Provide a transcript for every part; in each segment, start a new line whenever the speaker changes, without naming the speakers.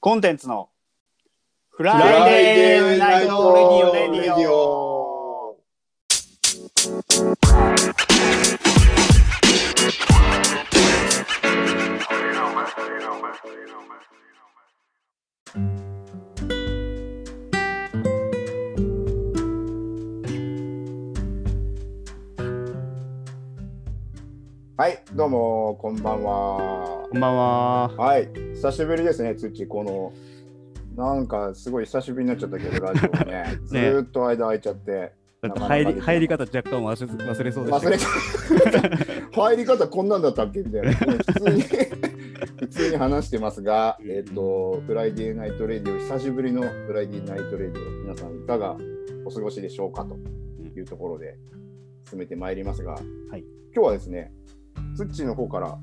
コンテンツのフ
フ
ラ
ラ
イ
イ
デ
デ
ー
ー
ナ
ナ
イ
イ
ト
ト
レ
レ
デ
デ
ィオ
ィオ。はい、どうも、こんばんは。
こんばんは。
はい、久しぶりですね、つっち、この。なんかすごい久しぶりになっちゃったけど、ラジオね。ずーっと間空いちゃって。
だって
なかなか
入
で
り
きない
入り方若干忘れ忘れそうでした
忘れた。入り方こんなんだったっけみたいな。普通に普通に話してますが、えっ、と、フライデーナイトレディオ、久しぶりのフライデーナイトレディオ、皆さんいかがお過ごしでしょうかというところで進めてまいりますが、
はい
今日はですね、ツッチーの方から、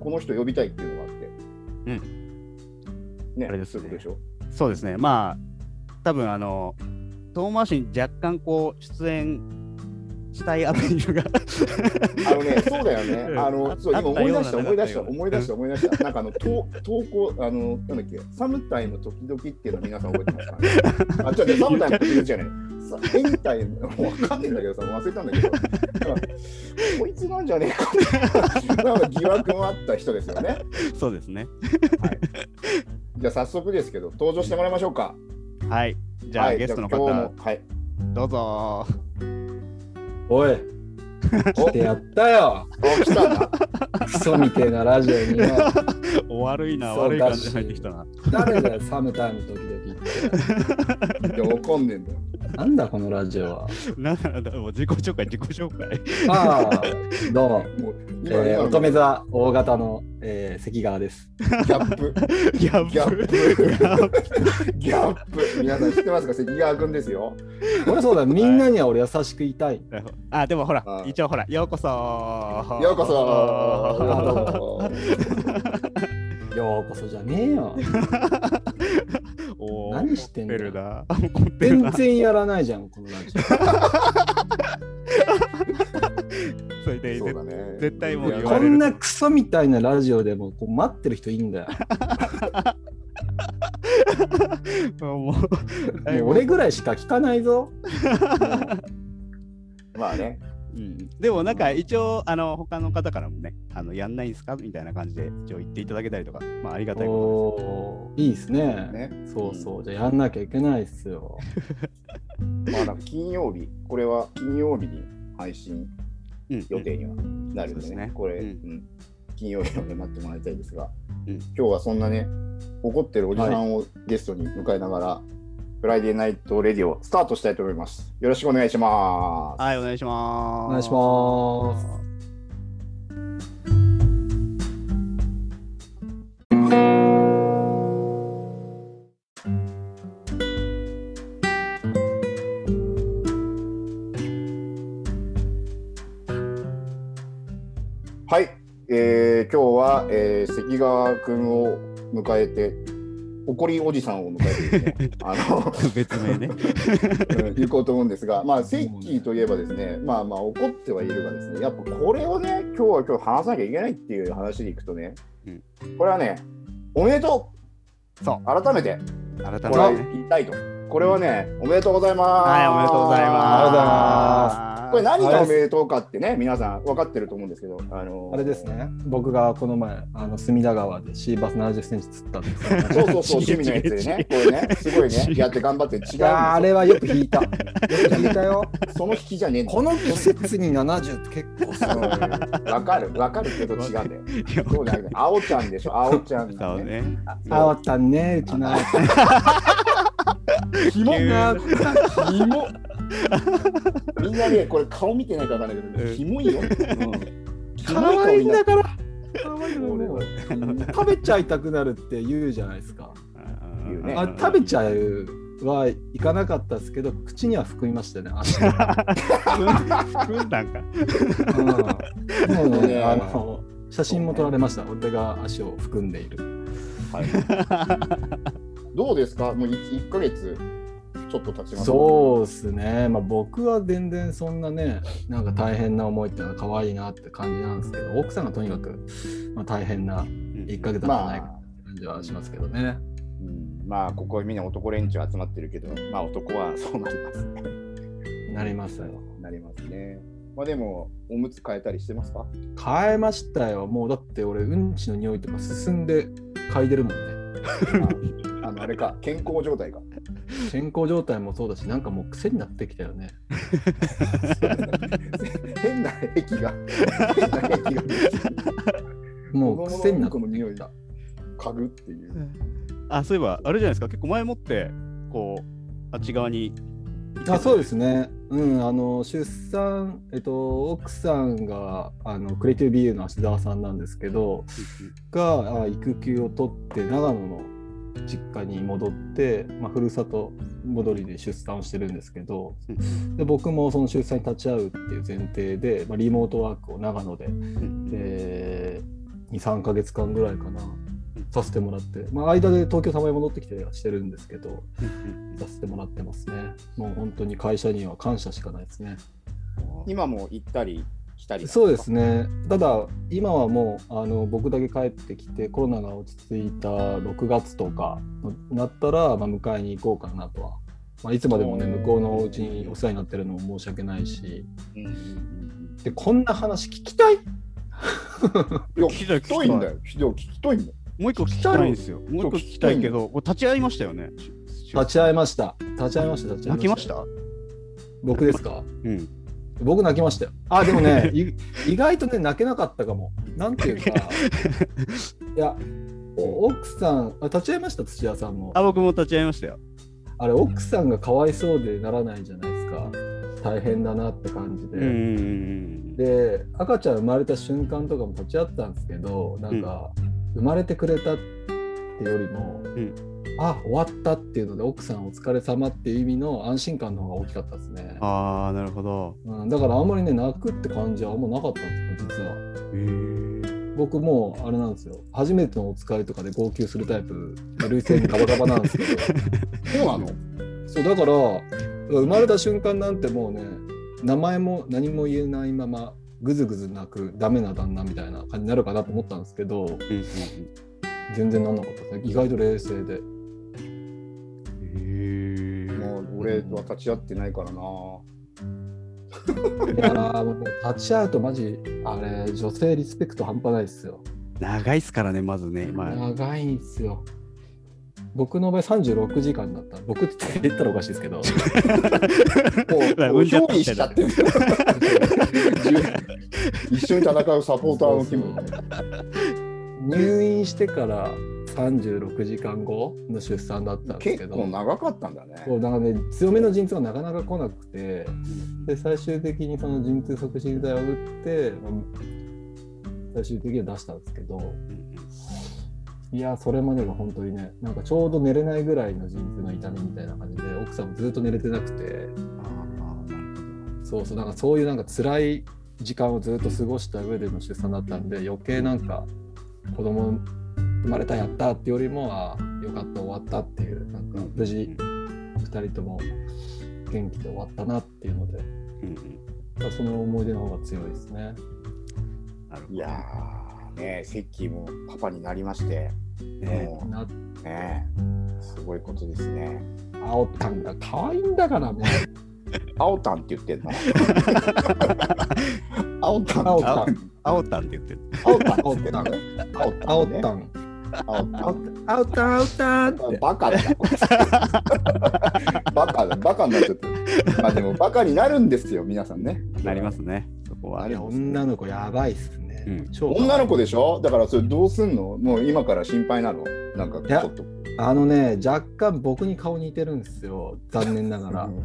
この人呼びたいっていうのがあって、
うん
ね、
あれですね
そういうことでしょ。
そうですね。まあ多分あの遠回しに若干こう出演したいアベンジュが
あのね、そうだよね。
うん
あの、そう、
あ
今思い出
あった
した、思
よう
い
な
出した、思
な
い
か
出
っ
したた、思い出した。なんかあの、と 投稿、あの、なんだっけ、サムタイム時々っていうの皆さん覚えてますかね。 あ、違う違う、サムタイム時々じゃない。さエニタイム、わかんねえんだけどさ、忘れたんだけど、なんかこいつなんじゃねえかって、なんか疑惑もあった人ですよね。
そうですね。
じゃあ早速ですけど、登場してもらいましょうか。
はい。じゃあ、
はい
ゲストの
じゃあ今
方
日はい。
どうぞ。
おい、来てやったよ。
お、来たな。
クソみてえなラジオによ。
お悪いな
そう
悪い感じで入ってきたな。
誰だよ、サムタイム時々って。
いや、怒んねえんだよ。
なんだこのラジオは。
なんなんだもう自己紹介自己紹介。
ああ、どうも。
もう、
え
今、
ー、
今
乙
の
女座大型の、えー、関川です。
ギャップ。
ギャップギ
ギャッ
ャップ
ギャップ。皆さん知ってますか関川君ですよ。
俺そうだ、みんなには俺優しくいたい。
あ、でもほら
う、ん
一応ほら、ようこそ
ようこそ
ようこそじゃねえよ。
おー
何してん
怒
だ
ってるな。怒ってる
全
な。
然やらないじゃん、このラジ
それで
そうだね。
絶対もう言
オ。
わ
こ
れる
んなクソみたいなラジオでもこう待ってる人いいんだよ。
もう
もう俺ぐらいしか聞かないぞ。
まあね。
うんでもなんか一応、あの、他の方からもね、あの、やんないんすかみたいな感じで、一応言っていただけたりとか、まあありがたいこ
おーいいですね。
ね
そうそう、じゃあやんなきゃいけないっすよ。
まあ、なんか金曜日、これは金曜日に配信
とです。
予定にはなる
そ
んで
うで
ね、
すね
これ、
う
うんん金曜日まで待ってもらいたいですが、
うん
今日はそんなね、怒ってるおじさんをゲストに迎えながら、フライデーナイトレディオスタートしたいと思います。よろしくお願いします。
はい、お願いします。
お願いします。
はい、えー、今日は、えー、関川君を迎えて、怒りおじさんを迎えて ですね、あの、
別名ね。
うん行こうと思うんですが、まあ、セッキーといえばですね、まあまあ怒ってはいるがですね、やっぱこれをね、今日は今日話さなきゃいけないっていう話でいくとね、
うん
これはね、おめでと
そう
改めて、
う、改めて
これは
ね。
言いたいと。これはね、おめでとうございます。
はい、おめでとうございます。あ
これ何が
はい
おめでとうかってね、皆さん分かってると思うんですけど、あの
あれです。ね、僕がこの前、あの隅田川でシーバス70センチ釣ったんですよ。
そうそうそう、趣味のやつでね、 これね、すごい ね、やって頑張って違うんです
い
よ
や ーあれはよく引いた。よく引いたよ。
その引きじゃねえんだよ
この季節に70って結構す
うん
ごい。
わかる、わかるけど違うんだよ。
いや
そうじゃなくて、あおちゃんでしょ、あおちゃん
そ
が
う
ね。
ね。
あおったね、うち の。
ひも
急
が、ひも。みんなね、これ顔見てないからわかんないけ
う
ど、
ん
ひもいよ。ひも
可愛いんだから。可愛いの
俺
もう
は
食べちゃいたくなるって言うじゃないですか。
言うね
あ食べちゃうはいかなかったですけど、口には含みましたね。足が
組んだんか。
うんもう
ね
ね、あの写真も撮られました。俺が足を含んでいる。
どうですか、もう一一ヶ月。ちょっと経ちます。
そうですね。まあ僕は全然そんなね、なんか大変な思いっていうのは可愛いなって感じなんですけど、奥さんがとにかく、まあ、大変な1ヶ月だったんじゃないかって感じはしますけどね。
うん、まあここはみんな男連中集まってるけどまあ男はそうなりますね
なりますよ。
なりますねまあでもおむつ変えたりしてます か
変えましたよ。もうだって俺、うんちの匂いとか進んで嗅いでるもんね。
あのあれか健康状態が
健康状態もそうだし、なんかもう癖になってきたよね。
変な癖が変な癖が
もう癖になって
子供のうんこの
き
匂い
た。
嗅ぐっていう
あ、そういえば、あれじゃないですか、結構前もって、こう、あっち側に行ってた。
あそうですね、うん、あの出産、えっと、奥さんがあのクリエイティブ BU の芦澤さんなんですけど、
うんうん
があ育休を取って長野の実家に戻って、まあ、ふるさと戻りで出産をしてるんですけど
う
で僕もその出産に立ち会うっていう前提で、まあ、リモートワークを長野で
ん
で23か月間ぐらいかなさせてもらって、まあ、間で東京たまに戻ってきてはしてるんですけど
うん
させてもらってますねもう本当に会社には感謝しかないですね。
うん
今も行ったり来たり
そうですすね。ただ今はもうあの僕だけ帰ってきてコロナが落ち着いた6月とかになったら、まあ、迎えに行こうかなとは。まあ、いつまでもね
うん
向こうのお家にお世話になってるのも申し訳ないし。
うんうんうん
でこんな話聞きたい。
うんいや
聞きたい
聞きたいんだよいや聞きたいんだよ
もう一個聞きたいんですよ。もう一個聞きたいけど、こう立ち会いましたよね。
立ち会いました。立ち会いました。立ち会い
泣きました
僕ですか。
うん。
僕泣きましたよ。あでも ねい意外とね泣けなかったかも。なんていうかいやお奥さんあ立ち会いました土屋さんも。
あ、僕も立ち会いましたよ。
あれ奥さんがかわいそうでならないじゃないですか大変だなって感じで、
うんうんうん
で赤ちゃん生まれた瞬間とかも立ち会ったんですけどなんか、生まれてくれたってよりも、
ん
あ終わったっていうので奥さんお疲れ様っていう意味の安心感の方が大きかったですね
うん。、ああ、なるほど。
うん、だからあんまりね泣くって感じはあんまなかったんですよ実は
へー
僕もうあれなんですよ初めてのお疲れとかで号泣するタイプ類性にガバガバなんですけど
そうなの
そうだから生まれた瞬間なんてもうね名前も何も言えないままぐずぐず泣くダメな旦那みたいな感じになるかなと思ったんですけど
うんうん
全然なんなかったですね意外と冷静で
うんへー
もう俺は立ち会ってないからな。
いやーもう立ち会うとマジあれ女性リスペクト半端ないっすよ
長いっすからね、まずね、今。
長いんすよ僕の場合36時間だった僕って言ったらおかしいですけど
も
ら産
う、
んじゃっ
憑
た
依しちゃってる。 一緒に戦うサポーターの気分。
入院してから36時間後の出産だったんですけ
結
ど
構長かったんだね。
そうだからね強めの陣痛がなかなか来なくてで最終的にその陣痛促進剤を打って、まあ最終的には出したんですけどいやそれまでが本当にねなんかちょうど寝れないぐらいの陣痛の痛みみたいな感じで奥さんもずっと寝れてなくてそうそうなんかそういうなんか辛い時間をずっと過ごした上での出産だったんで余計なんか子供生まれたやったってよりもあよかった終わったっていうなんか無事2人とも元気で終わったなっていうので、まあその思い出の方が強いですね。
いやー、ねえ、セッキーもパパになりまして、もう
な
ねえ、すごいことですね。
あおったんが可愛いんだから もう。
あおたんって言ってんの。あおたん。
あお
た
たん。
あおたんって言ってる。
あおたんっつってたね。あおたん。
あおた。ん。
あおたん。
あおたん。あおたんって。
バカだ。バカだ。バカになっちゃった。まあでもバカになるんですよ、皆さんね。
なりますね、そこは
あ。れ
女の子やばいっすね。
うん
超可愛い
女の子でしょだからそれどうすんのもう今から心配なのなんかちょっと。
あのね若干僕に顔似てるんですよ残念ながら。
うん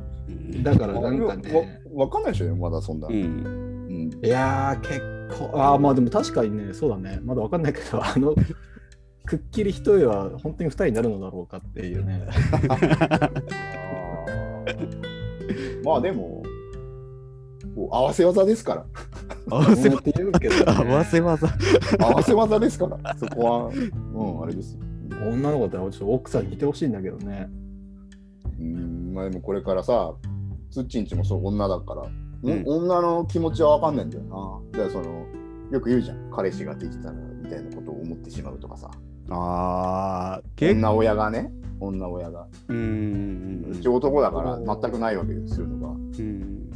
だからなんかね。
わわかんないでしょまだそんな。
う
うん
ん
いやー結構あーまあでも確かにねそうだねまだわかんないけどあ のくっきり一重は本当に二人になるのだろうかっていうね。
まあでも、こう合わせ技ですから。
合わせ
そうって言うけど、 ね、
合わせ技。
合わせ技です から。そこは、うん、あれですよ。
女の子ってちょっと奥さんに似てほしいんだけどね。
うん、まあでもこれからさ、つっちんちもそう女だから、
うん
女の気持ちはわかんないんだよな。だからその、よく言うじゃん、彼氏ができたらみたいなことを思ってしまうとかさ。
ああ、結構。
女親がね、女親が。
うーん
うち男だから全くないわけです、そういうのが。
うん。
うん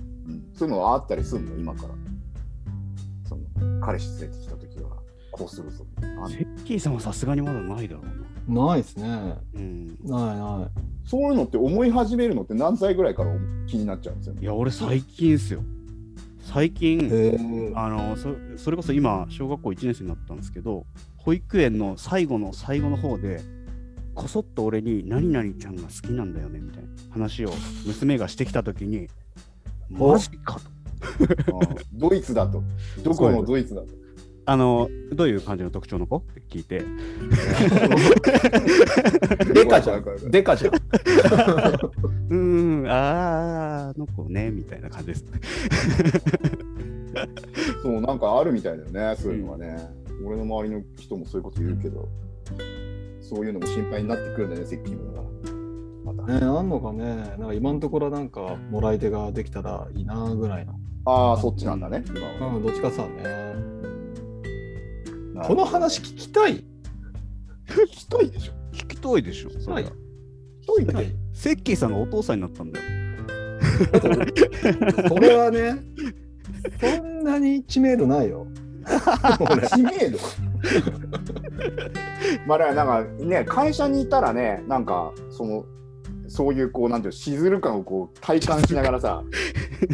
そういうのはあったりするの、今から。その、彼氏連れてきたときは、こうするぞ。あ
セッキーさんはさすがにまだないだろうな。
ないですね。
うん。
ないな
そういうのって思い始めるのって何歳ぐらいから気になっちゃうん ですよね。
いや、俺最近っすよ。最近
い。、へえ。
あのそそれこそ今小学校1年生になったんですけど保育園の最後の最後の方でこそっと俺に「何々ちゃんが好きなんだよね」みたいな話を娘がしてきた時に「
お
マジか」と。
あドイツだと。どこのドイツだと。
あのどういう感じの特徴の子って聞いて
デカじゃん。デカじゃ
「
ん。
うーんあーあの子ね」みたいな感じです。
そう、なんかあるみたいだよね、そういうのはね。俺の周りの人もそういうこと言うけど、そういうのも心配になってくるんだよね、接近もだから。また。
ね、あんのかね。なんか今のところなんかもらい手ができたらいいなぐらいの。
ああ、そっちなんだね、今は。
うん、どっちかさね。
なるほど
この話聞きたい。
聞きたいでしょ。
聞きたいでしょ。それは
はい
聞き
聞き
た
た
い。
い。
セッキーさんがお父さんになったんだよ。
それはね、そんなに知名度な いよ。
知名度 まあだからなんかね会社にいたらねなんかそのそういうこうなんていうのしずる感をこう体感しながら さ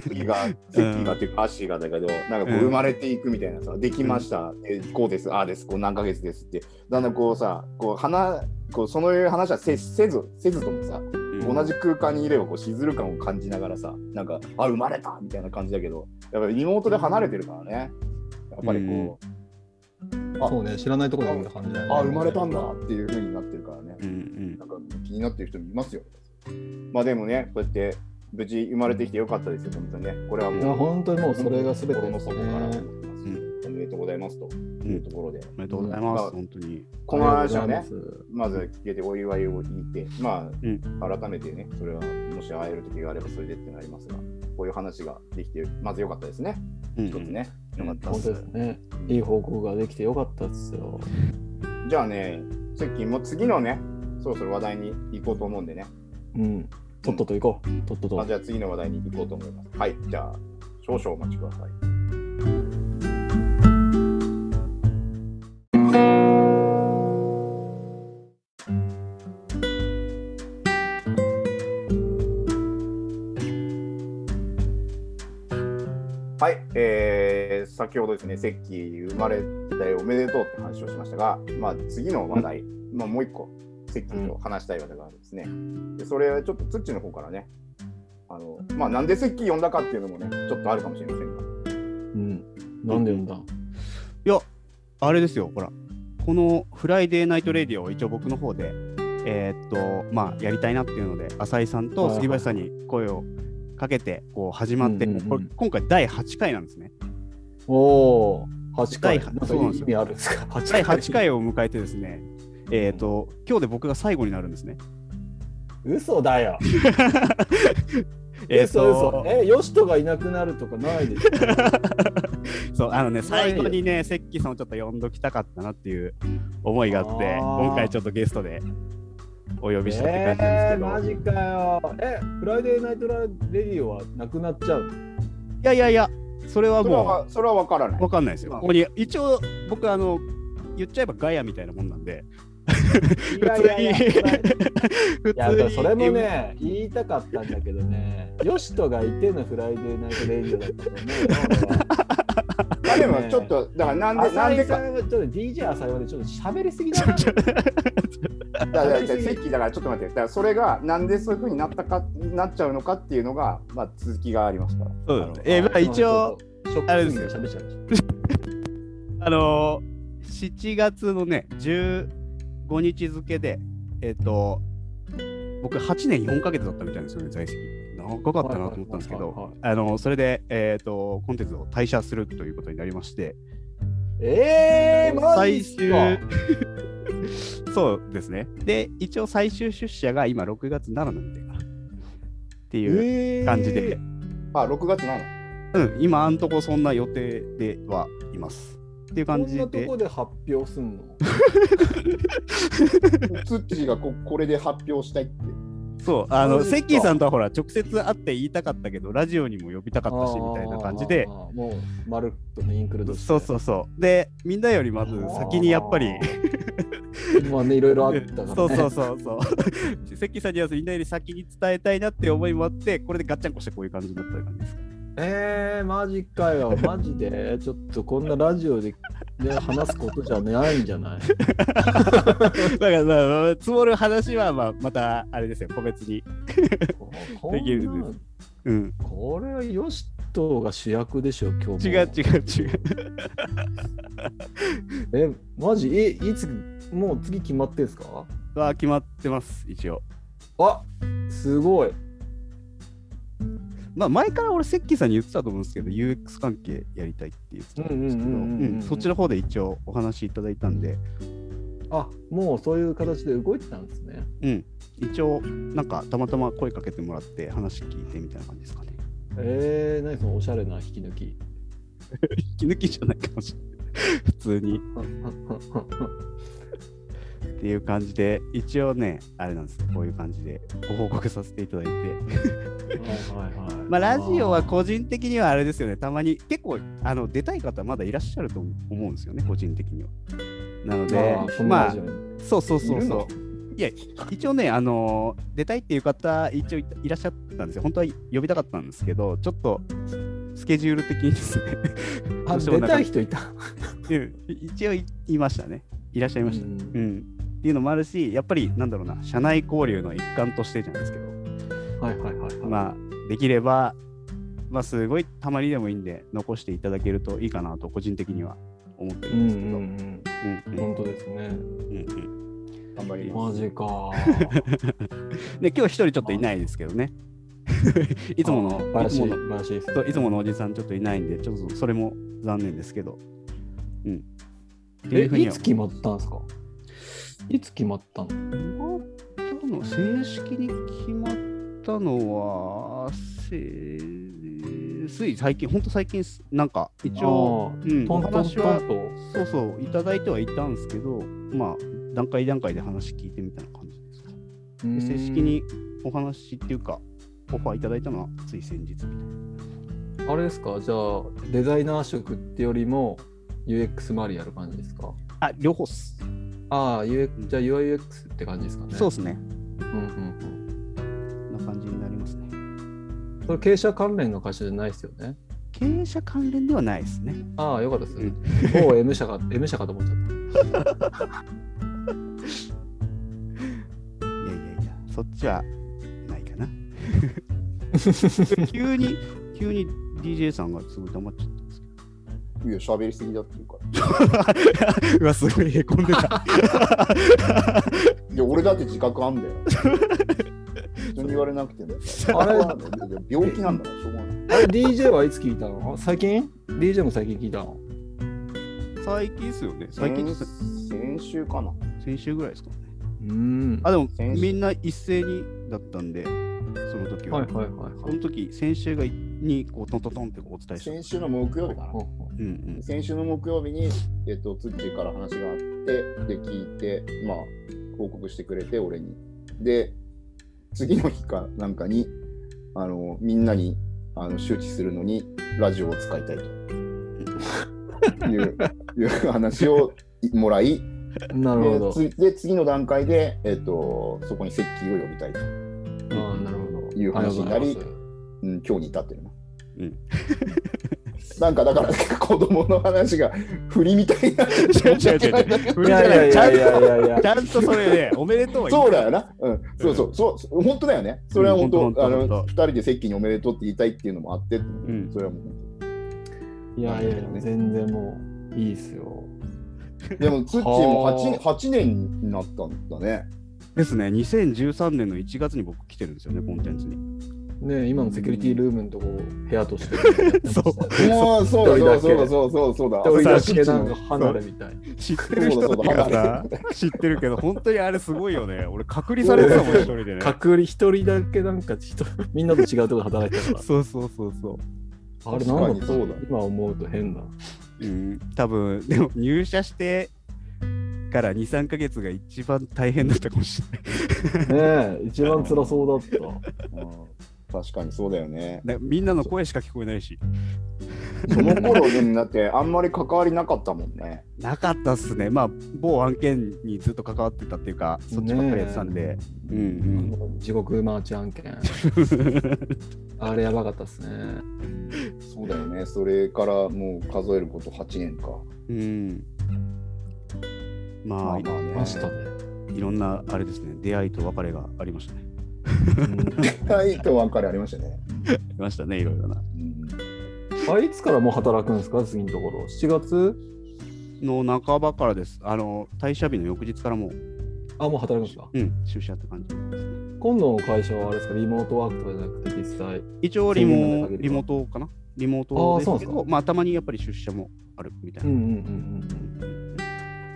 次が次がっていうか足がだけどなんかこ
う
う
ん
生まれていくみたいなさ、できましたえこうですああですこう何ヶ月ですってだんだんこうさこう話こうその話はせせずせずともさ同じ空間にいればこうしずる感を感じながらさなんかあ生まれたみたいな感じだけどやっぱりリモートで離れてるからねやっぱりこう、
うん
あ
そうね、知らないところで感じだよね
あ生まれたんだっていう風になってるからね
う、ん
なんか気になってる人もいますよ。まあでもね、こうやって無事生まれてきてよかったですよ、本当にね。これはい
や、
もう、
本当にもうそれが全て
心
で
の
す
底から思ってます、
ね。
う
おめでとうございますと
うんう。
いうんところで、
おめでとうございます、本当に。
この話は
あ
ね
りが、とうございます
まず聞けてお祝いを言って、まあ、
うん
改めてね、それはもし会える時があればそれでってなりますが、こういう話ができて、まずよかったですね、
うん
一つね。よかったっ
本
す
当ですね。いい報告ができてよかったですよ。
じゃあね、さっきもう次のね、そろそろ話題に行こうと思うんでね、
うん。とっとと行こう。とっと
まあ、
と
じ。ゃあ次の話題に行こうと思います。はい、じゃあ少々お待ちください。はい、えー、先ほどですね、セッキー生まれておめでとうって話をしましたが、まあ、次の話題、まあ、もう一個、セッキーと話したい話題があるんですね。でそれはちょっとツッチーの方からね、あのまあ、なんでセッキー呼んだかっていうのもね、ちょっとあるかもしれませんが、
うん。なんで読んだ
いや、あれですよ、ほら、このフライデーナイトレディオを一応僕の方で、えーっと、まあ、やりたいなっていうので、浅井さんと杉林さんに声をかけて、こう始まって、
うんうんうん
これ今回第8回なんですね。
おお、8回。
第
な
八
んか
そうなんです
意
よ
味あるんですか ?8
第8。回を迎えてですね、えーっと、今日で僕が最後になるんですね。
嘘だよ。
えーっ
嘘嘘
と。、
え、ヨシトがいなくなるとかないでしょ。
そう、あのね、最後にね、セッキーさんをちょっと呼んどきたかったなっていう思いがあって、
あー
今回ちょっとゲストでお呼びしたって感じなんです
え
け
ー、
ど。
マジかよ。え、フライデーナイトラレディオはなくなっちゃうの
いやいやいや、それは
それ
もう。
はそれは分からない
わ。かんないですよ。
まあ
ここに一応僕あの言っちゃえばガヤみたいなもんなんで
いやいやいや
普通に
い
普
や、
通に
それもね、言いたかったんだけどね、ヨシトがいてのフライデーナイトレディオだったと思うよ
まあ、でもちょっと、だからな
俺
ん
は。
でなん
浅
で
井さ
か、
んがちょっと DJ 浅井までちょっと喋りすぎだな。
だからだからセッキーだからちょっと待って、だからそれがなんでそういうふうになったかなっちゃうのかっていうのが、まあ、続きがありますから。
そうだねえーまあ一応、
ショックすぎて喋っちゃうでしょ。
あのー、7月のね15日付でえっ、と僕8年4ヶ月だったみたいなんですよね在籍長かったなと思ったんですけ
はいはい
ど
はい
あのーそれでえっ、とコンテンツを退社するということになりまして
えー、マジっ
最
す
終
か
そうですねで一応最終出社が今6月7なんでって
え
いう
ー
感じで。
あ、6月なの
うん、今あんとこそんな予定ではいます。っていう感じ
こんなと
で
こで発表すんの
ツッチーがこ これで発表したいって。
そうあの
マジ
セ
か
ッキーさんとはほら直接会って言いたかったけどラジオにも呼びたかったしみたいな感じで
あーあーもうまるっとねインクルードして
そうそうそうでみんなよりまず先にやっぱり
あーまあねいろいろあったから、ね、
そうそうそうそう セッキーさんにはみんなより先に伝えたいなって思いもあってこれでガッチャンコしてこういう感じになった感じです
えー、マジかよ、マジで、ちょっとこんなラジオで、ね、話すことじゃないんじゃない
だからまあ積もる話はまあまたあれですよ個別に
こ
できるん
んな
うん
これはヨシトが主役でしょ、今日
違
も。
う違う違う
え、マジえ、いつ、もう次決まってんすか
は決まってます一応
あすごい。
まあ前から俺セッキーさんに言ってたと思うんですけど UX 関係やりたいって言ってたんですけど
うんうんうんうんうん
うんそっちの方で一応お話いただいたんで
あもうそういう形で動いてたんですね。
うん一応なんかたまたま声かけてもらって話聞いてみたいな感じですかね
えー、何そのおしゃれな引き 抜き。
引き抜きじゃないかもしれない普通にっていう感じで一応ねあれなんですよこういう感じでご報告させていただいて
はいはいはい。
まあ、ラジオは個人的にはあれですよね、たまに結構あの出たい方まだいらっしゃると思うんですよね、個人的には。なの
あ
で
ー、こんな
ま
ラ
あ
ジオ、に
そうそうそう
いる
そ
の
う。いや、一応ね、あのー出たいっていう方、一応いいらっしゃったんですよ。本当は呼びたかったんですけど、ちょっとスケジュール的にですね、ど
あ
うしても
出
なか
たい人いた。
うん一応いいましたね、いらっしゃいました。
う
う
ん
ん、っていうのもあるし、やっぱりなんだろうな、社内交流の一環としてじゃないですけど。
はいはいはい、はい。
まあ、できれば、まあ、すごいたまにでもいいんで、残していただけるといいかなと、個人的には思ってる
うん
です
んう
けど。うん
んうん、
うん
本当ですね。
うんうん
頑張りま
マジか
で、今日一人ちょっといないですけどね。 い
い
つもの、
バ ラ
いつ
シ
も
い
の、
バラシいです
そういつものおじさんちょっといないんで、ちょっとそれも残念ですけど。うん。って
え
いうふうに
い
は
つ決まったんですかいつ決まったの
決まったの正式に決まったのは、せつい最近、ほんと最近っす、なんか一応、
あ
うん
ー、トントントン
お話は
と
そうそう、いただいてはいたんですけど、まあ、段階段階で話聞いてみたいな感じですか。
うー
で
ん
正式にお話っていうか、オファーいただいたのはつい先日みたいな。
あれですかじゃあデザイナー職ってよりも UX 周りやる感じですか
あ、両方っす。
ああ、UX、じゃあ UIUX って感じですかね。
そう
う
っすね。
うんうん
こんな感じになりますね。
うん。それ経営者関連の会社じゃないですよね。
経営者関連ではないですね。
ああ、よかったです
う
ね。某 M 社か、M 社かと思っちゃっ
いやいやいや、そっちはないかな。急に、急に DJ さんがすごい黙っちゃったんです
す。いや、喋りすぎだっていうから。
け ど。うわ、すごいへこんでた。
いや、俺だって自覚あんだよ。人に言われなく ても。
あれ
病気なんだから、しょうがない。
た。あれ、DJ はいつ聞いたの最近 ?DJ も最近聞いたの
最近ですよね。最近です、
先週かな。
先週ぐらいですかね。
うーん。
あ、でも
先週
みんな一斉にだったんで、その時は。
はいはいはい
そ
はい
の。時、先週がいにこうトントントンってこうお伝えした。
先週の木曜日かな。
うんうん。
先週の木曜日に、えっと、ツッチーから話があって、で、聞いて、まあ、報告してくれて、俺に。で、次の日かなんかに、あの、みんなに、あの、周知するのに、ラジオを使いたい と。いう、いう話をもらい、
なるほど。
でつで、次の段階で、えっと、そこに石器を呼びたいと。
ああ、なるほど。
いう話になり
ありがとうございま
うん、今日に至ってるな。
うん
なんかだから子供の話が振りみたいになってる
違う違う違う
すいやい
ちゃ
や
ん
いやいやいやいや
と、ち。ゃんとそれで、 おめでとうは言って
そうだよな、うん、そうそうそうそう本当だよねそれは本当,、
うん本当
あ
本当
の
本
二人で席におめでとうって言いたいっていうのもあって、
ん
それはもう
いやいやいや、全然もういいですよ。
でもツッチーも
はあ
8, 八年になったんだね
ですね、2013年の1月に僕来てるんですよね、コンテンツに。
ね今のセキュリティルームのとこ、部屋としてやってましたね。
もうそうだそうだそうだそうだそうだ
で
そう
俺
だ
だ
そう
け
だ
なんか離れみたい。
知ってる人っていうかさ、知ってるけど、本当にあれすごいよね。俺、隔離されてたもん、一人でね。
隔離一人だけなんか人、みんなと違うとこ働いてたか
そうそうそうそう。
ら。あれ
確
な
か
ん
に
だ
そうだ
今思うと変な。
うん、多分でも入社してから23か月が一番大変だったかもしれない
ねえ、一番辛そうだった。
確かにそうだよね。
な みんなの声しか聞こえないし
その頃になってあんまり関わりなかったもんね。
なかったっすねまあ某案件にずっと関わってたっていうかそっちばっかりやってたんで、うん うん
地獄マーチ案件。あれやばかったっすね。
そうだよね。それからもう数えること8年か。
うんまあ、い
あね
ましたね。
いろんなあれですね出会いと別れがありましたね
はい、と別れありましたね。
ありましたねいろいろな
うん
あいつからもう働くんですか次のところ。7月
の半ばからですあの退社日の翌日からもう、
あ、もう働くんですか
うん、出社って感じですね
今度の会社はあれですかリモートワークとかじゃなくて実際。
一応リ
そういうの
モ
が限る
リモートかなリモートですけ
あーそうな
どまあたまにやっぱり出社もあるみたい
うん
な、
うんうんうん。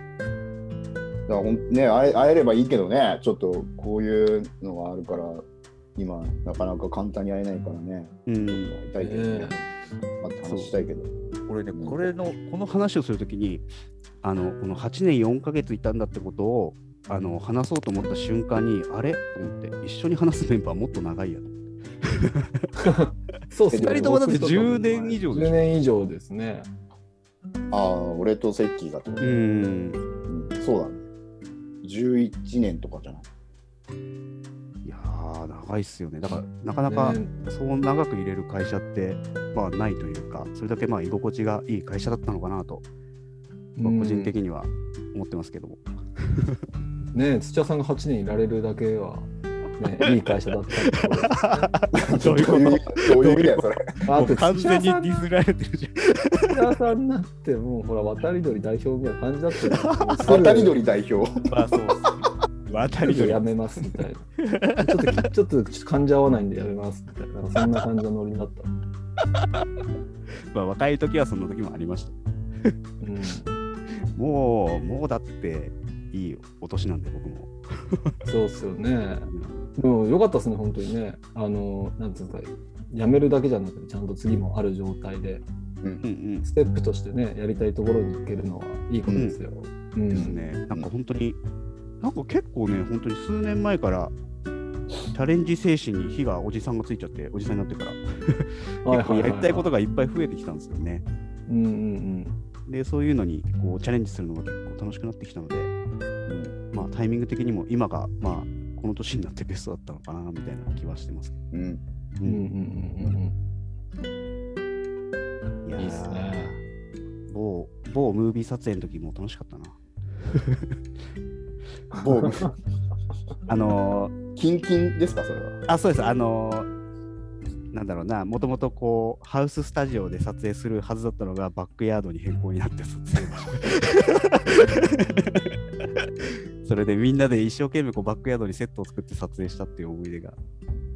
だからほんね会え会えればいいけどねちょっとこういうのがあるから今なかなか簡単に会えないからね
うん、
会いたいけどね、まあ、話したいけど
俺ね、これの、この話をするときに、あの、この8年4ヶ月いたんだってことを、あの、話そうと思った瞬間に、あれと思って、一緒に話すメンバーもっと長いやと。
そうっ
二人
ともだって10年以上でしょ
10年以上ですね。
ああ俺とセッキーがってこと、
ん。
うんそうだね11年とかじゃない
いやー、長いっすよね。だから、なかなか、そう長く入れる会社って、まあ、ないというか、それだけ、まあ、居心地がいい会社だったのかなと、まあ個人的
に。
には思ってますけども。
ねえ土屋さんが8年いられるだけは、 ね、いい会社だったってことですね。
どういうこと
どういう意味だよそれ
あ
もう
と
完全にデ
土屋さん
ィスられてる じゃん。
土屋さんになってもうほら渡り鳥代表みたいな感じだったよ
渡り鳥代表
まあ、そうっすね。渡り
ちょっと
鳥
やめますみたい なちょっときちょっとちょっと感じ合わないんでやめますみたいななんかそんな感じのノリになった、
まあ、若い時はそんな時もありました。
うん、
もう、もうだって、いいお年なんで、僕も。
そうっすよねでもよかったですね本当にねあのなんていうんですかやめるだけじゃなくてちゃんと次もある状態で
うんうん。
ステップとしてねやりたいところに行けるのはいいことですよ、うん
ですね。なんか本当に、なんか結構ね、本当に数年前から、チャレンジ精神に火がおじさんがついちゃって、おじさんになってから、
はい
結
は
構
い
や
は
り
い
たいことがいっぱい増えてきたんですよね。
うんうん
で、そういうのにこうチャレンジするのが結構楽しくなってきたので、まあタイミング的にも今が、まあ、この年になってベストだったのかな、みたいな気はしてます。
うん
う
うんうんうんうんうん
いや
うんいいっす
ー
ね
某、某ムービー撮影の時も楽しかったな。
某
あのー、
キンキンですかそれは
あそうですあのーなんだろうなもともとこうハウススタジオで撮影するはずだったのがバックヤードに変更になって撮影場所 それでみんなで一生懸命こうバックヤードにセットを作って撮影したっていう思い出が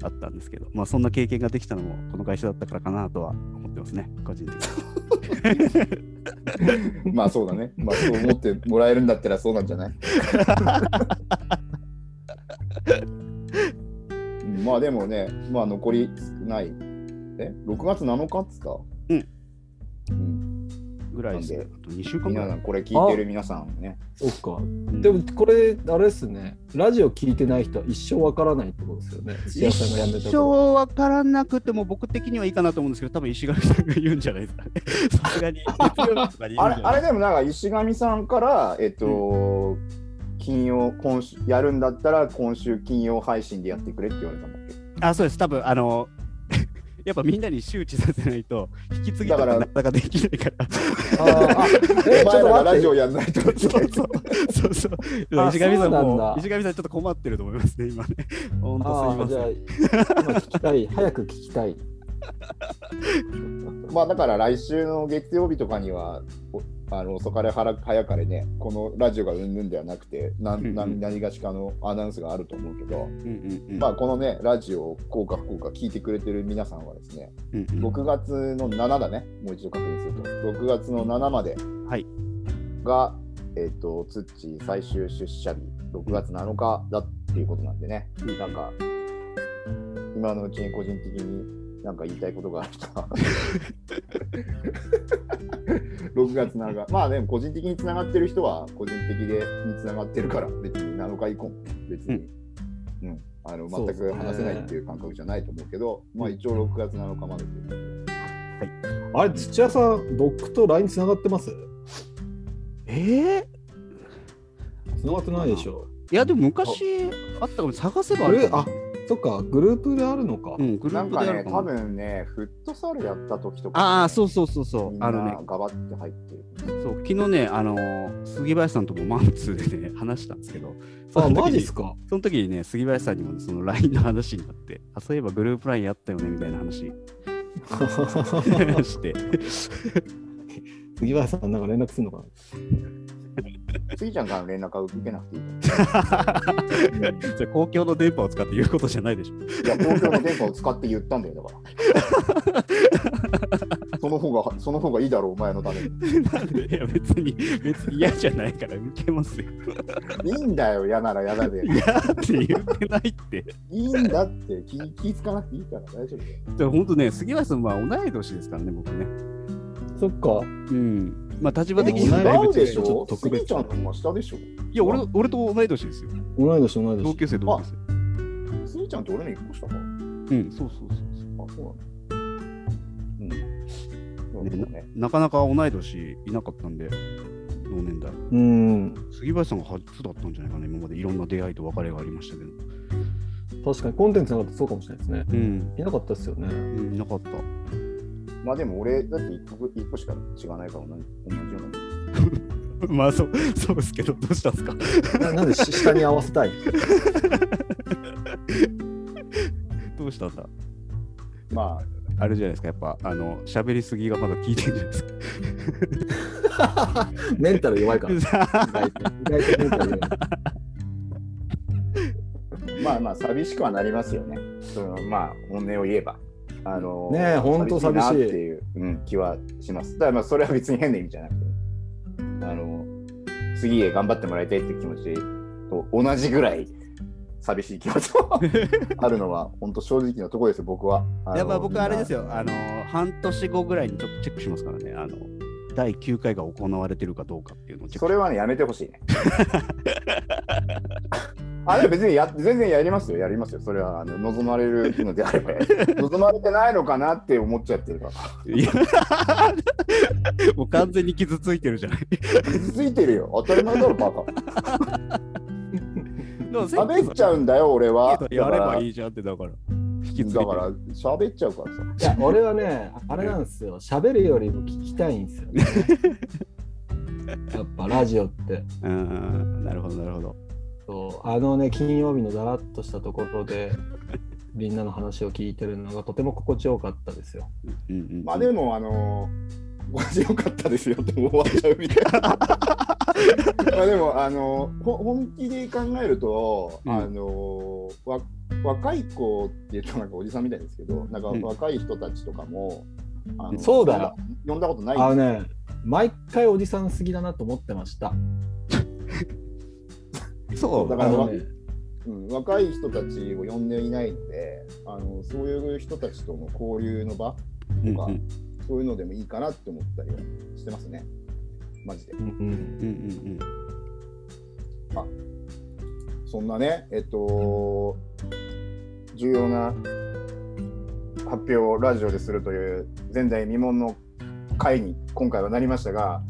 あったんですけどまあそんな経験ができたのもこの会社だったからかなとは思ってますね個人的に
まあそうだねまあそう思ってもらえるんだったらそうなんじゃないうんまあでもねまあ残り少ないえ6月7日っつった
うん、
うん、
ぐらいです
な
ね
んで
あと2週間ぐ
皆
ら
さ
い
んこれ聞いてる皆さんね
そっか
うん
でもこれあれですねラジオ聞いてない人は一生わからないってことですよね土屋さんが辞めた
一生
こ
わからなくても僕的にはいいかなと思うんですけど多分石垣さんが言うんじゃないですかねさすがに月曜日とかに言
あ
うん
れ
じゃ
あ
ない
れでもなんか石神さんからえっと、金曜今週やるんだったら今週金曜配信でやってくれって言われたんだっけ
あそうです、多分あの やっぱみんなに周知させないと、引き継ぎとか
だから
なかなかできないから、
と あーあえ
お
ちょ
前
っと
らが
待
ラ
っ
ジ
て
オやんないとって
そうそう、そうそう、
あ
石上さん
そうな
も
んだ、
石上さん、ちょっと困ってると思いますね、今ね。本
あ
当
ー
す
じ
い
ゃ
ま
あ今聞きたい早く聞きたい
まあだから来週の月曜日とかにはおあの遅かれ早かれねこのラジオがうんぬんではなくてなん
うんうん
何何がしかのアナウンスがあると思うけど、
せん。うんうんうん
まあこのねラジオを効果不効果聞いてくれてる皆さんはですね
うんうん
6月の7だねもう一度確認すると6月の7まで
はい
が、えっとツッチー最終出社日6月7日だっていうことなんでね、
うん
なんか今のうちに個人的になんか言いたいことがある人は6月7日。まあでも個人的につながってる人は個人的でにつながってるから、別に7日以降も別に、うんあの
そうで
全
す
く
ね
話せないっていう感覚じゃないと思うけど、まあ一応6月7日までっていう
あれ、土屋さん、僕と LINE 繋がってます
ええ
繋がってないでしょ。
いやでも昔あったかも探せばあ
グル
る
ー
か
あ
も
そっか、グループであるのか。
うんグル
な
ー
ん
プ
か
であ
ね
る、かも
多分ね、フットサルやった時とか、
ああそううそうそうそうあ
あ
の
の
ね
ね、ガバって入ってる。
そう昨日ねあのー杉林さんともマンツーでね話したんですけどそ
あ、
の時に
マジっすか。
その時にね杉林さんにもねその LINE の話になってあそういえばグループ LINE やったよねみたいな 話 して
杉原さん、なんか連絡するのかな
スギちゃんからの連絡は受けなくていい
じゃあ公共の電波を使って言うことじゃないでしょ
から。いや、公共の電波を使って言ったんだよ、 だから。その方が、その方がいいだろう、お前のために。
なんでいや別に別に嫌じゃないから受けますよ
いいんだよ、嫌なら嫌だで。
嫌って言ってないって
いいんだって気、気つかなくていいから大丈夫だよ。
でも本当ね杉林さんは同い年ですからね僕ね
そっか。
うんまあ立場的にはだい
違
ぶ
うで
違
し
う
ょ
ちょっと
ス
特別
ギちゃんの方が下でしょ
いや俺俺と同い年ですよ
同い年、同い
同
年。
級生同級生
スギちゃんって俺の1個下か。
うんそうそうそうそう
あ、そうなんだ。うん。そうだね。
なかなか同い年いなかったんで、同年代。
うん。
杉林さんが初だったんじゃないかな、今までいろんな出会いと別れがありましたけど。
確かに、コンテンツなかったらそうかもしれないですね。
うん、
いなかったですよ ね。
うん、いなかった。
まあでも俺、だって1個一個しか違わないから同じ同じような。
まあ、そう、 そうですけど、どうしたんですか。
ななんでし下に合わせたい
どうしたんだ。
まあ、
あれじゃないですか、やっぱ、あの、喋りすぎがまだ効いてるんじゃないですか。
メンタル弱いから。意外と意外とメンタル弱い。
まあまあ寂しくはなりますよね。そのまあ本音を言えば。あの
ねえほんと寂しい
なっていう、うん、気はします。だからまあそれは別に変な意味じゃなくて、あの次へ頑張ってもらいたいっていう気持ちと同じぐらい寂しい気持 ちもあるのは本当正直なところですよ僕は。の
やっぱ、僕、あれです。
み
よ、
んな
あの、半年後ぐらいにちょっとチェックしますからね、あの。第9回が行われてるかどうかっていうのをチェッ
そ
ク
れはねやめてほしいね。あれ別にや全然やりますよやりますよそれはあの望まれるのであればや る望まれてないのかなって思っちゃってるから。
いやもう完全に傷ついてるじゃない。
傷ついてるよ。当たり前だろ、バ カ。
で も
喋っちゃうんだよ、俺は。
やればい
い。
いじゃんって、だから。引き継いで
だから、喋っちゃうからさ。
いや俺はね、あれなんですよ、喋るよりも聞きたいんですよ、ね。やっぱラジオって。
うん、なるほど、なるほど。
そうあのね、金曜日のだらっとしたところ で、みんなの話を聞いてるのがとても心地よかったですよ。
うんうんうん
まあ、でも、あのー、ごちよかったですよって終わっちゃうみたい な。まあでも、あのーほ本気で考えると、
うん
あのーわ若い子って言うとなんかおじさんみたいですけど、なんか
うん
若い人たちとかも、あの
そうだよ。
呼んだことない
あのね、毎回おじさんすぎだなと思ってました。
そう、
だ
だ
か
から
あ
ら、
のね、
うん、若い人たちを呼んでいないのであのそういう人たちとの交流の場
うん
とか
うん
そういうのでもいいかなって思ったりはしてますねマジで
うんうん
うんうん
そんなねえっと重要な発表をラジオでするという前代未聞の回に今回はなりましたが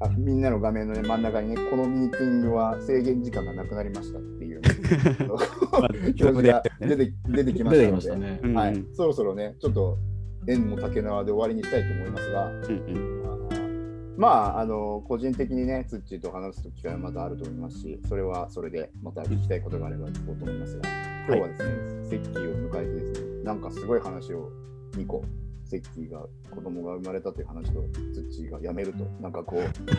あみんなの画面の、ね、真ん中にねこのミーティングは制限時間がなくなりましたって いう表示が出て出てきま
出
してた
き
の
ました
で。
ね
う。ん。
は
う
い
ん、
そろそろね、ちょっと縁も竹縄で終わりにしたいと思いますが、
うん
まあ、あの個人的にね、ツッチーと話す機会はまたあると思いますし、それはそれでまた聞きたいことがあれば聞こうと思いますが、今日はですね、セッキーを迎えてですね、なんかすごい話を2個、セッキーが子供が生まれたという話と、ツッチーが辞めると、なんかこ う、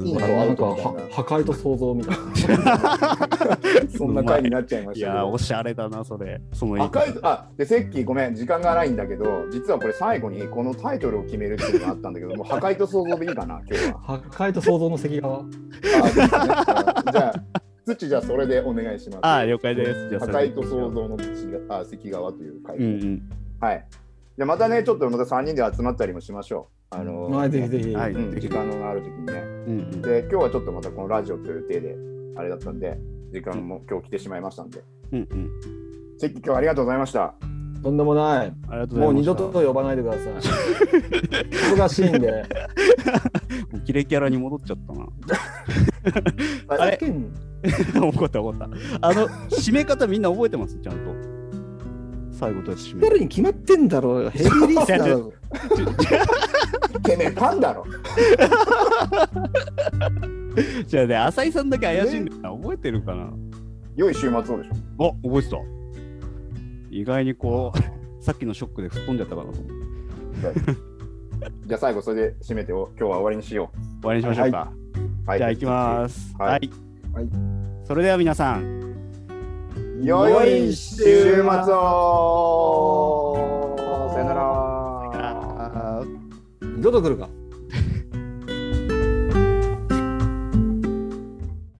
ず
いい
ーっ
ね
と
なんかは破壊と想像みたいな。
そんな回になっちゃいま
い
したけ
やー、お
ど。
しゃれだな、それ。その言い方
赤いあでセッキーごめん時間がないんだけど実はこれ最後にこのタイトルを決めるっていうのがあったんだけどもう破壊と想像でいいかな今日は
破壊と想像の席側。
あそうですねあじゃあ、土じゃあそれでお願いします。
ああ、了解です。じゃあ、
破
それ
壊と創造の土があ関川という回、
うんうん。
はい。じゃあまたね、ちょっとまた3人で集まったりもしましょう。あの
まあ、ぜひぜひ。
は
はいい。
うん時間のある時にね。
うんうん
で、今日はちょっとまたこのラジオという体で、あれだったんで、時間も今日来てしまいましたんで。
うんうん
関今日はありがとうございました。
とんでもない。
ありがとうございます。
もう二度と呼ばないでくださ い。忙しいんで。
もうキレキャラに戻っちゃったな。あれ
さっきの
怒った怒った。あの、締め方みんな覚えてますちゃんと。最後とやつ締め
やるに決まってんだろ。ヘビーリスナーだろ。
てめえ、パンだろ。
じゃあね、浅井さんだけ怪しいんだよな。覚えてるかな
良い週末をでしょ。
あ覚えてた。意外にこう、さっきのショックで吹っ飛んじゃったかなと思って。
じゃあ最後、それで締めてお、今日は終わりにしよ
終わりにしましょうか。
う。は
じゃあ、行きま。す。
はい
はい。
はい
それでは皆さん、
良い週末を。さよなら。
あー
二度と来るか。